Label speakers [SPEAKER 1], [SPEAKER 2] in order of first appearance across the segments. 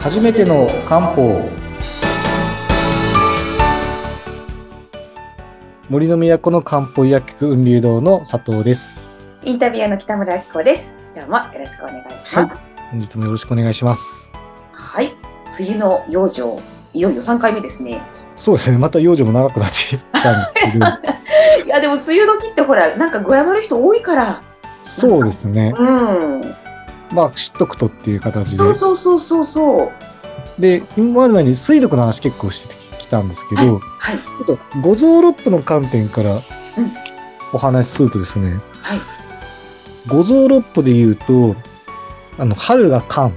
[SPEAKER 1] 初めての漢方森の都の漢方医薬局雲龍堂の佐藤です
[SPEAKER 2] インタビュアーの北村明子です。今日もよろしくお願いします。
[SPEAKER 1] は
[SPEAKER 2] はいい。
[SPEAKER 1] 本日もよろしくお願いします
[SPEAKER 2] 梅雨の養生、いよいよ3回目ですね。
[SPEAKER 1] そうですねまた養生も長くなってきたんですけど
[SPEAKER 2] いや、でも梅雨時ってほら、なんか具合悪い人多いから。
[SPEAKER 1] そうですね
[SPEAKER 2] うん。
[SPEAKER 1] まあ知っとくとっていう形で
[SPEAKER 2] そうそうそうそうそう。
[SPEAKER 1] で今までに水毒の話結構してきたんですけど、
[SPEAKER 2] はい。
[SPEAKER 1] ちょっと五臓六腑の観点から
[SPEAKER 2] うん
[SPEAKER 1] お話しするとですね、
[SPEAKER 2] はい
[SPEAKER 1] 五臓六腑で言うとあの春が肝、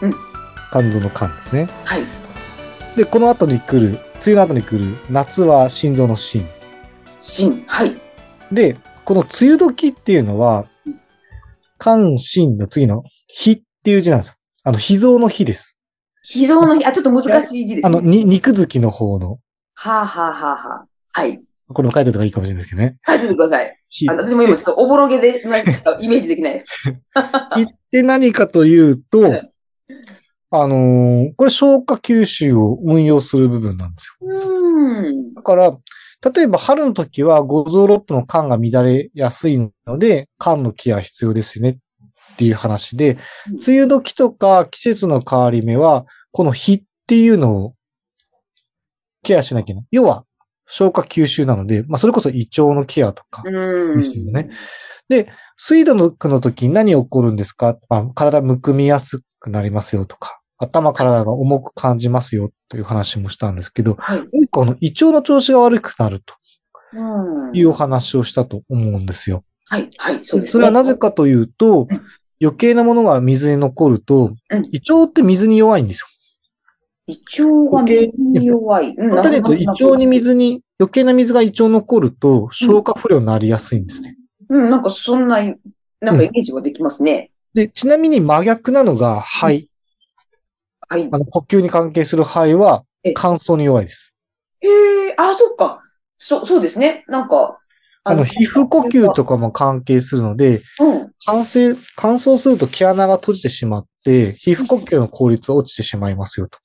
[SPEAKER 2] うん
[SPEAKER 1] 肝臓の肝ですね
[SPEAKER 2] はい。
[SPEAKER 1] でこの後に来る梅雨の後に来る夏は心臓の心
[SPEAKER 2] 心。はい。
[SPEAKER 1] でこの梅雨時っていうのは
[SPEAKER 2] うん
[SPEAKER 1] 肝心の次の火っていう字なんですよあの脾臓の火です
[SPEAKER 2] 脾臓の日、あ、ちょっと難しい字で
[SPEAKER 1] あ
[SPEAKER 2] す
[SPEAKER 1] の
[SPEAKER 2] ね。
[SPEAKER 1] に肉付きの方の
[SPEAKER 2] はあ、はあはあはあ、はい。
[SPEAKER 1] これも書いておいた方がいいかもしれないですけどね
[SPEAKER 2] 書いてみてください。
[SPEAKER 1] 火
[SPEAKER 2] あの私も今ちょっとおぼろげで、なんかイメージできな いです。
[SPEAKER 1] 火って何かというと、
[SPEAKER 2] はい
[SPEAKER 1] あのーこれ消化吸収を運用する部分なんですよ。
[SPEAKER 2] うーん。
[SPEAKER 1] だから、例えば春の時は五臓六腑の肝が乱れやすいので、肝のケア必要ですねっていう話で
[SPEAKER 2] うん、
[SPEAKER 1] 梅雨時とか季節の変わり目は、この火っていうのをケアしなきゃいけない。要は、消化吸収なので、まあそれこそ胃腸のケアとか、
[SPEAKER 2] う
[SPEAKER 1] ですよ
[SPEAKER 2] ん。
[SPEAKER 1] ね水毒の時に何起こるんですか、まあ、体むくみやすくなりますよとか、頭体が重く感じますよという話もしたんですけど、
[SPEAKER 2] はい。
[SPEAKER 1] この胃腸の調子が悪くなると
[SPEAKER 2] うん
[SPEAKER 1] いうお話をしたと思うんですよ。
[SPEAKER 2] はい、はい、そ
[SPEAKER 1] そう
[SPEAKER 2] です、ね。
[SPEAKER 1] れはなぜかというと
[SPEAKER 2] うん、
[SPEAKER 1] 余計なものが水に残ると
[SPEAKER 2] うん、
[SPEAKER 1] 胃腸って水に弱いんですよ。
[SPEAKER 2] 胃腸が水に弱い。うん
[SPEAKER 1] 簡単に言うと、胃腸に。水に、余計な水が胃腸に残ると、消化不良になりやすいんですね。
[SPEAKER 2] うん、なんかそんな、なんかイメージはできますね。
[SPEAKER 1] で、ちなみに真逆なのが肺。
[SPEAKER 2] はい。
[SPEAKER 1] あの、呼吸に関係する肺は
[SPEAKER 2] ええ
[SPEAKER 1] 乾燥に弱いです。
[SPEAKER 2] へえ、あ、そっか。そ、そうですね。なんか。
[SPEAKER 1] あの、皮膚呼吸とかも関係するので、
[SPEAKER 2] うん。
[SPEAKER 1] 乾燥、乾燥すると毛穴が閉じてしまって、皮膚呼吸の効率が落ちてしまいますよと。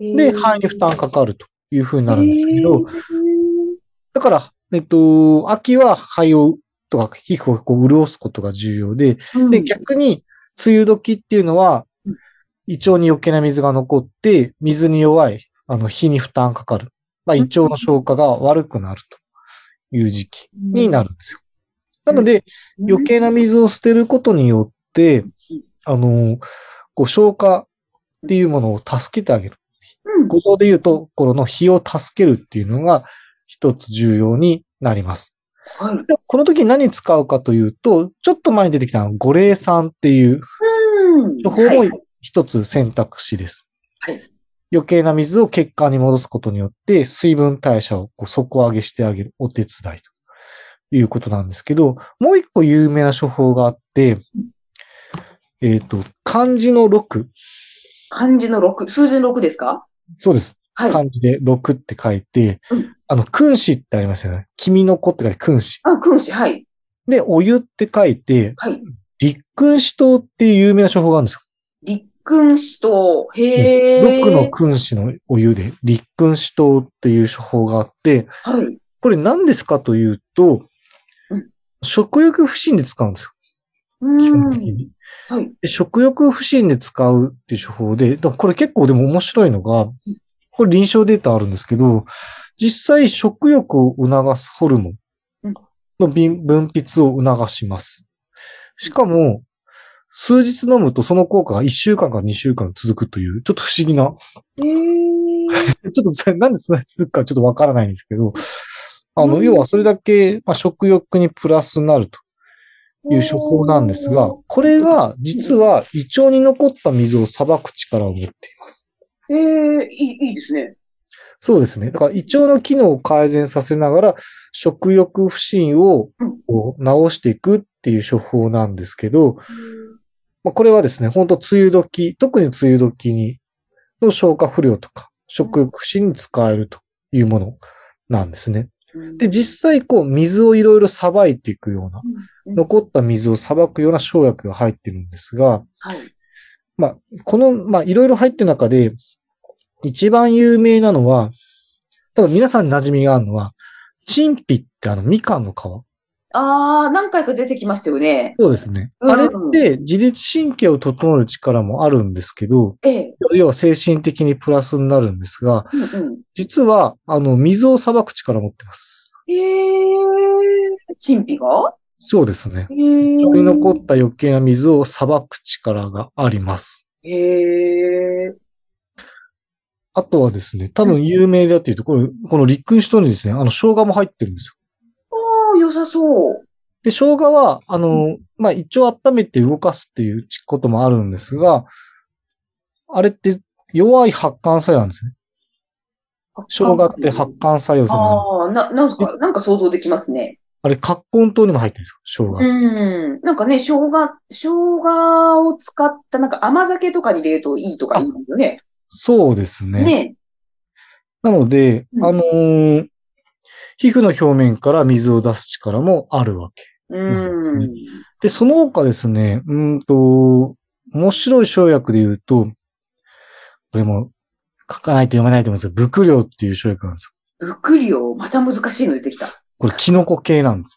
[SPEAKER 2] へ
[SPEAKER 1] で、
[SPEAKER 2] ー
[SPEAKER 1] 肺に負担かかるというふうになるんですけ
[SPEAKER 2] へ
[SPEAKER 1] ど
[SPEAKER 2] ー、
[SPEAKER 1] だから、えっと、秋は肺を、とか皮膚をこう潤すことが重要で、
[SPEAKER 2] うん
[SPEAKER 1] で、逆に、梅雨時っていうのは
[SPEAKER 2] うん、
[SPEAKER 1] 胃腸に余計な水が残って、水に弱い、あの、火に負担かかる。まあ、
[SPEAKER 2] う
[SPEAKER 1] 胃
[SPEAKER 2] ん
[SPEAKER 1] 腸の消化が悪くなるという時期になるんですよ。なので、余計な水を捨てることによって、あの、こう消化っていうものを助けてあげる。
[SPEAKER 2] うん。
[SPEAKER 1] 五臓でいうところの火を助けるっていうのが一つ重要になります。
[SPEAKER 2] はい。
[SPEAKER 1] でこの時に何使うかというと、ちょっと前に出てきたのは五苓散っていう
[SPEAKER 2] うん。
[SPEAKER 1] 処方
[SPEAKER 2] は
[SPEAKER 1] も
[SPEAKER 2] い。
[SPEAKER 1] 一つ選択肢です。
[SPEAKER 2] はい
[SPEAKER 1] 余計な水を血管に戻すことによって、水分代謝をこう底上げしてあげるお手伝いということなんですけど、もう一個有名な処方があって、えっ、と、漢字の6。
[SPEAKER 2] 漢字の六、数字の六ですか
[SPEAKER 1] そうです。
[SPEAKER 2] はい。
[SPEAKER 1] 漢字で6って書いて、
[SPEAKER 2] うん
[SPEAKER 1] あの、君子ってありますよね。君の子って書いて君子。
[SPEAKER 2] あ、君子、はい。
[SPEAKER 1] で、お湯って書いて、
[SPEAKER 2] はい。
[SPEAKER 1] 立君子湯っていう有名な処方があるんですよ。
[SPEAKER 2] 立君子と、へえ。
[SPEAKER 1] 6の君子のお湯で、立君子湯っていう処方があって、
[SPEAKER 2] はい。
[SPEAKER 1] これ何ですかというと
[SPEAKER 2] うん、
[SPEAKER 1] 食欲不振で使うんですよ、
[SPEAKER 2] う
[SPEAKER 1] 基本的
[SPEAKER 2] ん。
[SPEAKER 1] に。
[SPEAKER 2] はい。
[SPEAKER 1] で食欲不振で使うっていう処方で、だからこれ結構でも面白いのが、これ臨床データあるんですけど、実際食欲を促すホルモンの分分泌を促します。しかも、数日飲むとその効果が1週間から2週間続くという、ちょっと不思議な
[SPEAKER 2] へえ。
[SPEAKER 1] ちょっとそれ、なんでそんなに続くかちょっとわからないんですけど、あ
[SPEAKER 2] う
[SPEAKER 1] の、
[SPEAKER 2] ん
[SPEAKER 1] 要はそれだけ、まあ、食欲にプラスになるという処方なんですが、これが実は胃腸に残った水をさばく力を持っています。
[SPEAKER 2] ええいい、いいですね。
[SPEAKER 1] そうですね。だから胃腸の機能を改善させながら、食欲不振を
[SPEAKER 2] うん
[SPEAKER 1] こう治していくっていう処方なんですけど、まあ、これはですね、本当梅雨時、特に梅雨時に、の消化不良とか、食欲不振に使えるというものなんですね。で、実際こう、水をいろいろさばいていくような、
[SPEAKER 2] うんうん
[SPEAKER 1] 残った水をさばくような生薬が入ってるんですが、
[SPEAKER 2] はい。
[SPEAKER 1] まあ、この、まあ、いろいろ入ってる中で、一番有名なのは、多分皆さんに馴染みがあるのは、チンピってあの、みかんの皮。そ
[SPEAKER 2] ああ、何回か出てきましたよね。
[SPEAKER 1] うですね。
[SPEAKER 2] うん
[SPEAKER 1] あれって自律神経を整える力もあるんですけど、
[SPEAKER 2] ええ。
[SPEAKER 1] 要は精神的にプラスになるんですが、
[SPEAKER 2] うんうん。
[SPEAKER 1] 実は、あの、水を捌く力を持ってます。
[SPEAKER 2] ええ神秘が
[SPEAKER 1] そうですね。
[SPEAKER 2] ええ
[SPEAKER 1] 取り残った余計な水を捌く力があります。
[SPEAKER 2] ええ
[SPEAKER 1] あとはですね、多分有名だっていうと、これ、この陸ンシュトにですね、あの、生姜も入ってるんですよ。
[SPEAKER 2] ああ、良さそう。
[SPEAKER 1] で、生姜は、あの、まあ、一応温めて動かすっていうこともあるんですが、あれって弱い発汗作用なんですね。生姜って発汗作用するんですよ
[SPEAKER 2] ああ、な、なんすか、なんか想像できますね。
[SPEAKER 1] あれ、葛根糖にも入ってるんですよ、生姜。
[SPEAKER 2] うん。なんかね、生姜、生姜を使った、なんか甘酒とかに入れるといいとか言いますよね。
[SPEAKER 1] そうですね。
[SPEAKER 2] ね。
[SPEAKER 1] なので、
[SPEAKER 2] うん
[SPEAKER 1] あのー皮膚の表面から水を出す力もあるわけ。
[SPEAKER 2] うん。
[SPEAKER 1] うんで、その他ですね、うーんと、面白い生薬で言うと、これも書かないと読めないと思うんですけど、伏量っていう生薬なんですよ。
[SPEAKER 2] うくりを、また難しいの出てきた。
[SPEAKER 1] これ、キノコ系なんです。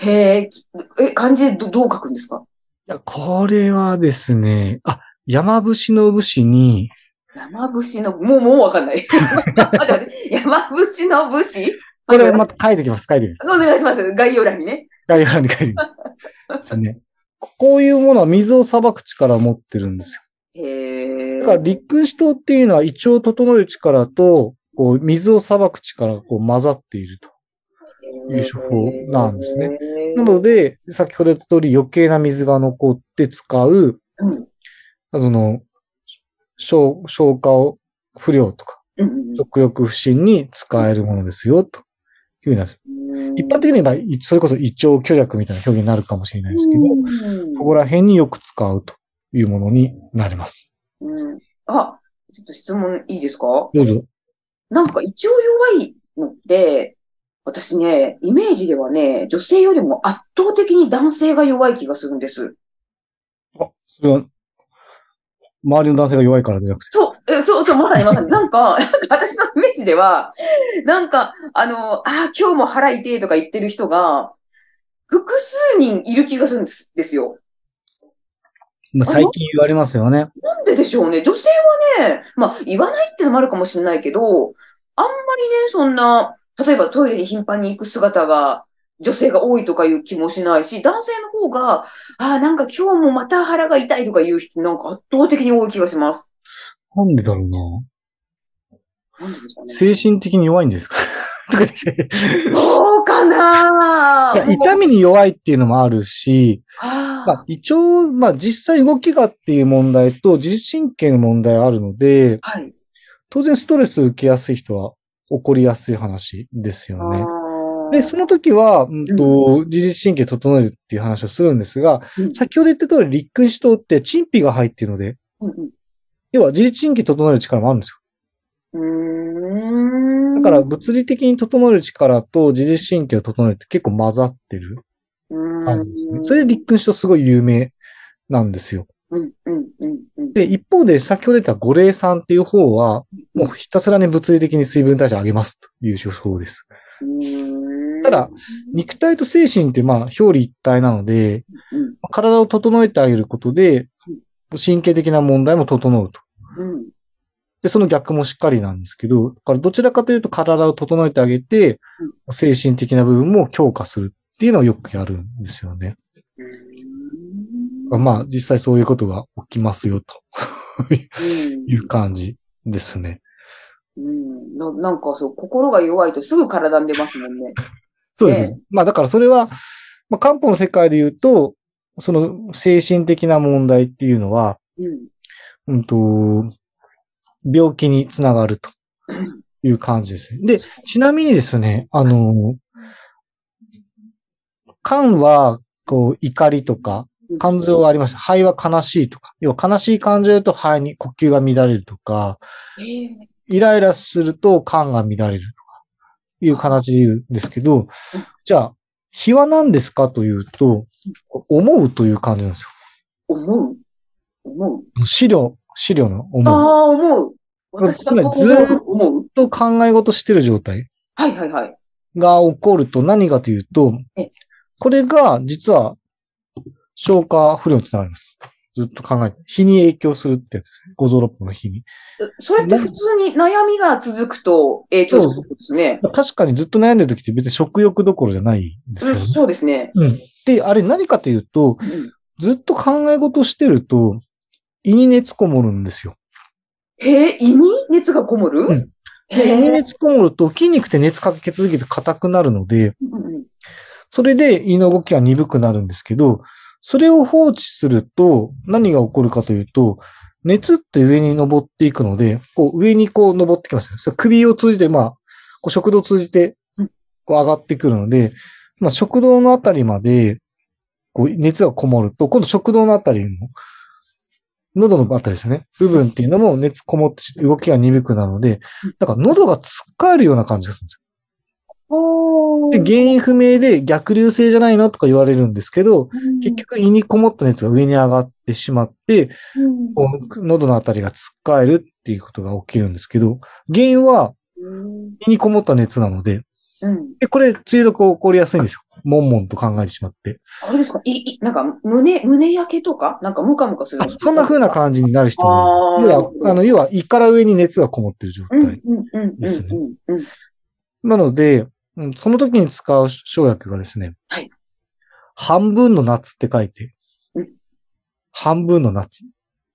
[SPEAKER 2] へえ、きえ、漢字でどどう書くんですか
[SPEAKER 1] いや、これはですね、あ、山伏の武士に、
[SPEAKER 2] 山伏の、もう、もうわか んない。待って待って山伏の武士
[SPEAKER 1] これまた書いてきます、書いてきます。
[SPEAKER 2] お願いします。概要欄にね。
[SPEAKER 1] 概要欄に書いてきます。ですね。こういうものは水を捌く力を持ってるんですよ
[SPEAKER 2] へえ。
[SPEAKER 1] だから、陸君主党っていうのは胃腸を整える力と、こう、水を捌く力がこう混ざっていると。いう処方なんですね
[SPEAKER 2] へえ。
[SPEAKER 1] なので、先ほど言った通り余計な水が残って使う、
[SPEAKER 2] うん、うん
[SPEAKER 1] その、消消化を不良とか、
[SPEAKER 2] うん
[SPEAKER 1] 食欲不振に使えるものですよ、というふうになる。
[SPEAKER 2] うん。
[SPEAKER 1] 一般的に言えば、それこそ胃腸虚弱みたいな表現になるかもしれないですけど、
[SPEAKER 2] うん
[SPEAKER 1] ここら辺によく使うというものになります。
[SPEAKER 2] うんあ、ちょっと質問いいですか
[SPEAKER 1] どうぞ。
[SPEAKER 2] なんか一応弱いのって、私ね、イメージではね、女性よりも圧倒的に男性が弱い気がするんです。
[SPEAKER 1] それは、周りの男性が弱いからじゃなくて。
[SPEAKER 2] そう、えそうそう、まさにまさに。なんか、なんか私のイメージでは、なんか、あの、あー今日も腹痛いとか言ってる人が、複数人いる気がするんですですよ。
[SPEAKER 1] まあ、最近言われますよね。
[SPEAKER 2] なんででしょうね。女性はね、まあ、言わないってのもあるかもしれないけど、あんまりね、そんな、例えばトイレに頻繁に行く姿が、女性が多いとかいう気もしないし、男性の方が、ああ、なんか今日もまた腹が痛いとかいう人、なんか圧倒的に多い気がします。
[SPEAKER 1] なんでだろうな。
[SPEAKER 2] なんでですかね
[SPEAKER 1] 精神的に弱いんですか とか言って
[SPEAKER 2] どうかない
[SPEAKER 1] や痛みに弱いっていうのもあるし、
[SPEAKER 2] あ
[SPEAKER 1] まあ、胃腸、まあ実際動きがっていう問題と自律神経の問題あるので、
[SPEAKER 2] あ、はい。
[SPEAKER 1] 当然ストレス受けやすい人は起こりやすい話ですよね。で、その時は、うんと、自律神経整えるっていう話をするんですが、
[SPEAKER 2] うん
[SPEAKER 1] 先ほど言った通り、立君主党って、陳皮が入っているので、
[SPEAKER 2] うん
[SPEAKER 1] 要は自律神経整える力もあるんですよ
[SPEAKER 2] う
[SPEAKER 1] だ
[SPEAKER 2] んうーん
[SPEAKER 1] から物理的に整える力と自律神経を整えるって結構混ざってる感じですね。それで立君主とすごい有名なんですよ。
[SPEAKER 2] うんうんうんうん
[SPEAKER 1] で、一方で先ほど言った五苓酸っていう方は、もうひたすらね物理的に水分代謝上げますという手法です。
[SPEAKER 2] うん
[SPEAKER 1] ただ、肉体と精神ってまあ表裏一体なので、
[SPEAKER 2] うん
[SPEAKER 1] 体を整えてあげることで、神経的な問題も整うと。
[SPEAKER 2] うん
[SPEAKER 1] で、その逆もしっかりなんですけど、だからどちらかというと体を整えてあげて、精神的な部分も強化するっていうのをよくやるんですよね。
[SPEAKER 2] うん
[SPEAKER 1] まあ、実際そういうことが起きますよ、と
[SPEAKER 2] うん
[SPEAKER 1] いう感じですね。
[SPEAKER 2] うんななんかそう、心が弱いとすぐ体に出ますもんね。
[SPEAKER 1] そうです。まあ、だからそれは、まあ、漢方の世界で言うと、その精神的な問題っていうのは、
[SPEAKER 2] うん
[SPEAKER 1] うんと、病気につながるという感じですね。で、ちなみにですね、あの、感は、こう、怒りとか、感情がありました。肺は悲しいとか。要は悲しい感情だと肺に呼吸が乱れるとか、
[SPEAKER 2] えー
[SPEAKER 1] イライラすると感が乱れるとか、いう形で言うんですけど、じゃあ、日は何ですかというと、思うという感じなんですよ。
[SPEAKER 2] 思う思思う。
[SPEAKER 1] 資料、資料の
[SPEAKER 2] あ
[SPEAKER 1] 思う
[SPEAKER 2] あ、思う。私は
[SPEAKER 1] つまりずーっ
[SPEAKER 2] そう思う。
[SPEAKER 1] と考え事してる状態
[SPEAKER 2] はいはいはい。
[SPEAKER 1] が起こると何かというと
[SPEAKER 2] ええ、
[SPEAKER 1] これが実は消化不良につながります。ずっと考えて、日に影響するってやつですね。五臓六腑の日に。
[SPEAKER 2] それって普通に悩みが続くと影響することですね。
[SPEAKER 1] 確かにずっと悩んでる時って別に食欲どころじゃないんですよ
[SPEAKER 2] うん
[SPEAKER 1] ね。
[SPEAKER 2] そうですね。
[SPEAKER 1] で、あれ何かというと、
[SPEAKER 2] うん
[SPEAKER 1] ずっと考え事してると、胃に熱こもるんですよ。
[SPEAKER 2] へえ、胃に熱がこもる、
[SPEAKER 1] うん
[SPEAKER 2] へ
[SPEAKER 1] 胃に
[SPEAKER 2] え。
[SPEAKER 1] 熱こもると筋肉って熱かけ続けて硬くなるので、
[SPEAKER 2] うんうん
[SPEAKER 1] それで胃の動きが鈍くなるんですけど、それを放置すると何が起こるかというと、熱って上に登っていくので、こう上にこう登ってきますよそれ首を通じて、まあ、こう食道を通じて
[SPEAKER 2] うん
[SPEAKER 1] こう上がってくるので、まあ食道のあたりまでこう熱がこもると、今度食道のあたりも、喉のあたりですよね。部分っていうのも熱こもってし動きが鈍くなるので、だから喉がつっかえるような感じがするんですよ
[SPEAKER 2] ほ
[SPEAKER 1] で
[SPEAKER 2] ー
[SPEAKER 1] 原因不明で逆流性じゃないのとか言われるんですけど、結局胃にこもった熱が上に上がってしまって、
[SPEAKER 2] うん
[SPEAKER 1] こう喉のあたりがつっかえるっていうことが起きるんですけど、原因は
[SPEAKER 2] うん
[SPEAKER 1] 胃にこもった熱なので、
[SPEAKER 2] うん。
[SPEAKER 1] でこれ、梅毒起こりやすいんですよ。悶々と考えてしまって。
[SPEAKER 2] あれですかい、い、なんか、胸、胸焼けとかなんかムカムカする
[SPEAKER 1] あそんな風な感じになる人もいる。
[SPEAKER 2] あー
[SPEAKER 1] 要は、あの、要は胃から上に熱がこもってる状態。
[SPEAKER 2] うん、うん、うん、うん、うん、うん。
[SPEAKER 1] なので、うんその時に使う生薬がですね、
[SPEAKER 2] はい
[SPEAKER 1] 半分の夏って書いて
[SPEAKER 2] うん、
[SPEAKER 1] 半分の夏。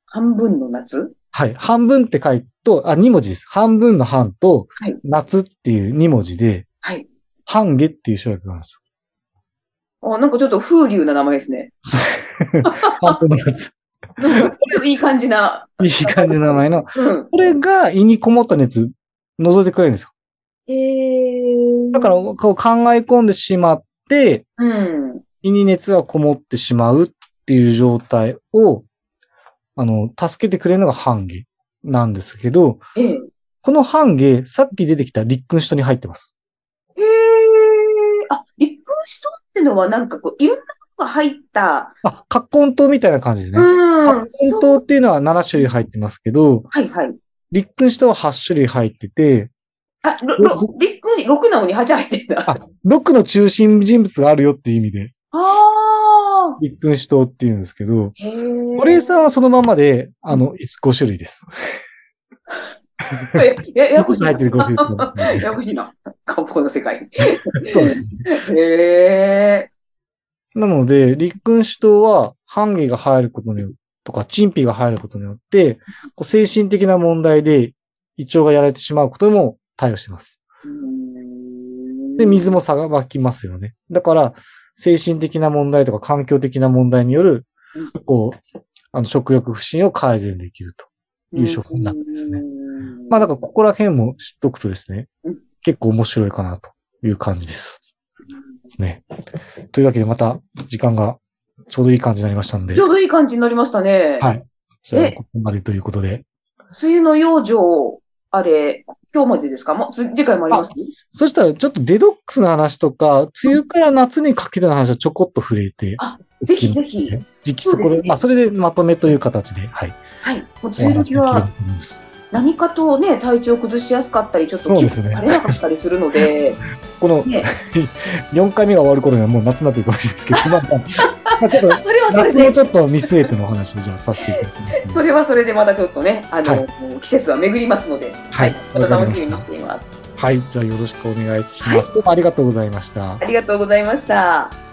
[SPEAKER 2] 半分の夏
[SPEAKER 1] はい。半分って書いてと、あ、二文字です。半分の半と
[SPEAKER 2] はい、
[SPEAKER 1] 夏っていう二文字で、
[SPEAKER 2] はい。
[SPEAKER 1] 半下っていう生薬なんです
[SPEAKER 2] あ、なんかちょっと風流な名前ですね。
[SPEAKER 1] よ。半分の夏。
[SPEAKER 2] なんかちょっといい感じな。
[SPEAKER 1] いい感じの名前の。
[SPEAKER 2] うん。
[SPEAKER 1] これが胃にこもった熱、覗いてくれるんですよ。
[SPEAKER 2] えー。
[SPEAKER 1] だから、こう考え込んでしまって、
[SPEAKER 2] うん。
[SPEAKER 1] 胃に熱がこもってしまうっていう状態を、あの、助けてくれるのが半下なんですけど、
[SPEAKER 2] ええ。
[SPEAKER 1] この半下、さっき出てきた立君人に入ってます。
[SPEAKER 2] へえ。あ、立君子とってのはなんかこう、いろんなことが入った。
[SPEAKER 1] あ、葛根糖みたいな感じですね。
[SPEAKER 2] う
[SPEAKER 1] 発
[SPEAKER 2] ん。そ
[SPEAKER 1] 根糖
[SPEAKER 2] う。
[SPEAKER 1] っていうのは7種類入ってますけど、
[SPEAKER 2] はいはい。
[SPEAKER 1] 立君子糖は8種類入ってて、
[SPEAKER 2] あ、ろ、ろ、立君子、六なのに八入ってんだ。
[SPEAKER 1] あ6の中心人物があるよっていう意味で、
[SPEAKER 2] ああ。
[SPEAKER 1] 立君子糖っていうんですけど、
[SPEAKER 2] へえ。
[SPEAKER 1] 堀江さんはそのままで、あの、5種類です。
[SPEAKER 2] え、や、やや
[SPEAKER 1] 5
[SPEAKER 2] こしい
[SPEAKER 1] 入ってる5種
[SPEAKER 2] な。
[SPEAKER 1] 類
[SPEAKER 2] や
[SPEAKER 1] で
[SPEAKER 2] やこしいな。漢方の世界。
[SPEAKER 1] す。そうですね。
[SPEAKER 2] へえ。
[SPEAKER 1] なので、立君主党は、半義が入ることによって、とか、陳皮が入ることによって、こう精神的な問題で、胃腸がやられてしまうことにも対応してます。で、水もさばきますよね。だから、精神的な問題とか環境的な問題による
[SPEAKER 2] う、
[SPEAKER 1] こう、あの、食欲不振を改善できると。優勝法なんですね。まあ、だから、ここら辺も知っとくとですね
[SPEAKER 2] うん、
[SPEAKER 1] 結構面白いかなという感じです。ですね。というわけで、また、時間がちょうどいい感じになりましたので
[SPEAKER 2] ち。ょうどいい感じになりましたね。
[SPEAKER 1] はい。じゃあ、
[SPEAKER 2] え
[SPEAKER 1] ここまでということで。
[SPEAKER 2] 梅雨の養生、あれ、今日までですかもうつ次回もあります
[SPEAKER 1] そしたら、ちょっとデドックスの話とか、梅雨から夏にかけての話はちょこっと触れて。
[SPEAKER 2] あぜひぜひ。
[SPEAKER 1] 時期そ
[SPEAKER 2] そ
[SPEAKER 1] これ、
[SPEAKER 2] うですね
[SPEAKER 1] まあ、それでまとめという形で、はい。
[SPEAKER 2] はい。もう梅雨時
[SPEAKER 1] お話できれば
[SPEAKER 2] は
[SPEAKER 1] と思います
[SPEAKER 2] 何かとね、体調崩しやすかったり、ちょっと
[SPEAKER 1] そうですね
[SPEAKER 2] 気分が晴れなかったりするので、
[SPEAKER 1] この
[SPEAKER 2] ね、
[SPEAKER 1] 4回目が終わる頃にはもう夏になってるかもしれないですけ ど、まあ、まあまあちょっと、
[SPEAKER 2] それはそれ
[SPEAKER 1] 夏も
[SPEAKER 2] で
[SPEAKER 1] ち、ょっと見据えてのお話をじゃあさせていただきます、
[SPEAKER 2] それはそれでまだちょっとね、あの、
[SPEAKER 1] は
[SPEAKER 2] もう季節は巡りますので、
[SPEAKER 1] はい
[SPEAKER 2] また楽しみにしています。
[SPEAKER 1] はい。じゃあよろしくお願いします。どうもありがとうございました。
[SPEAKER 2] ありがとうございました。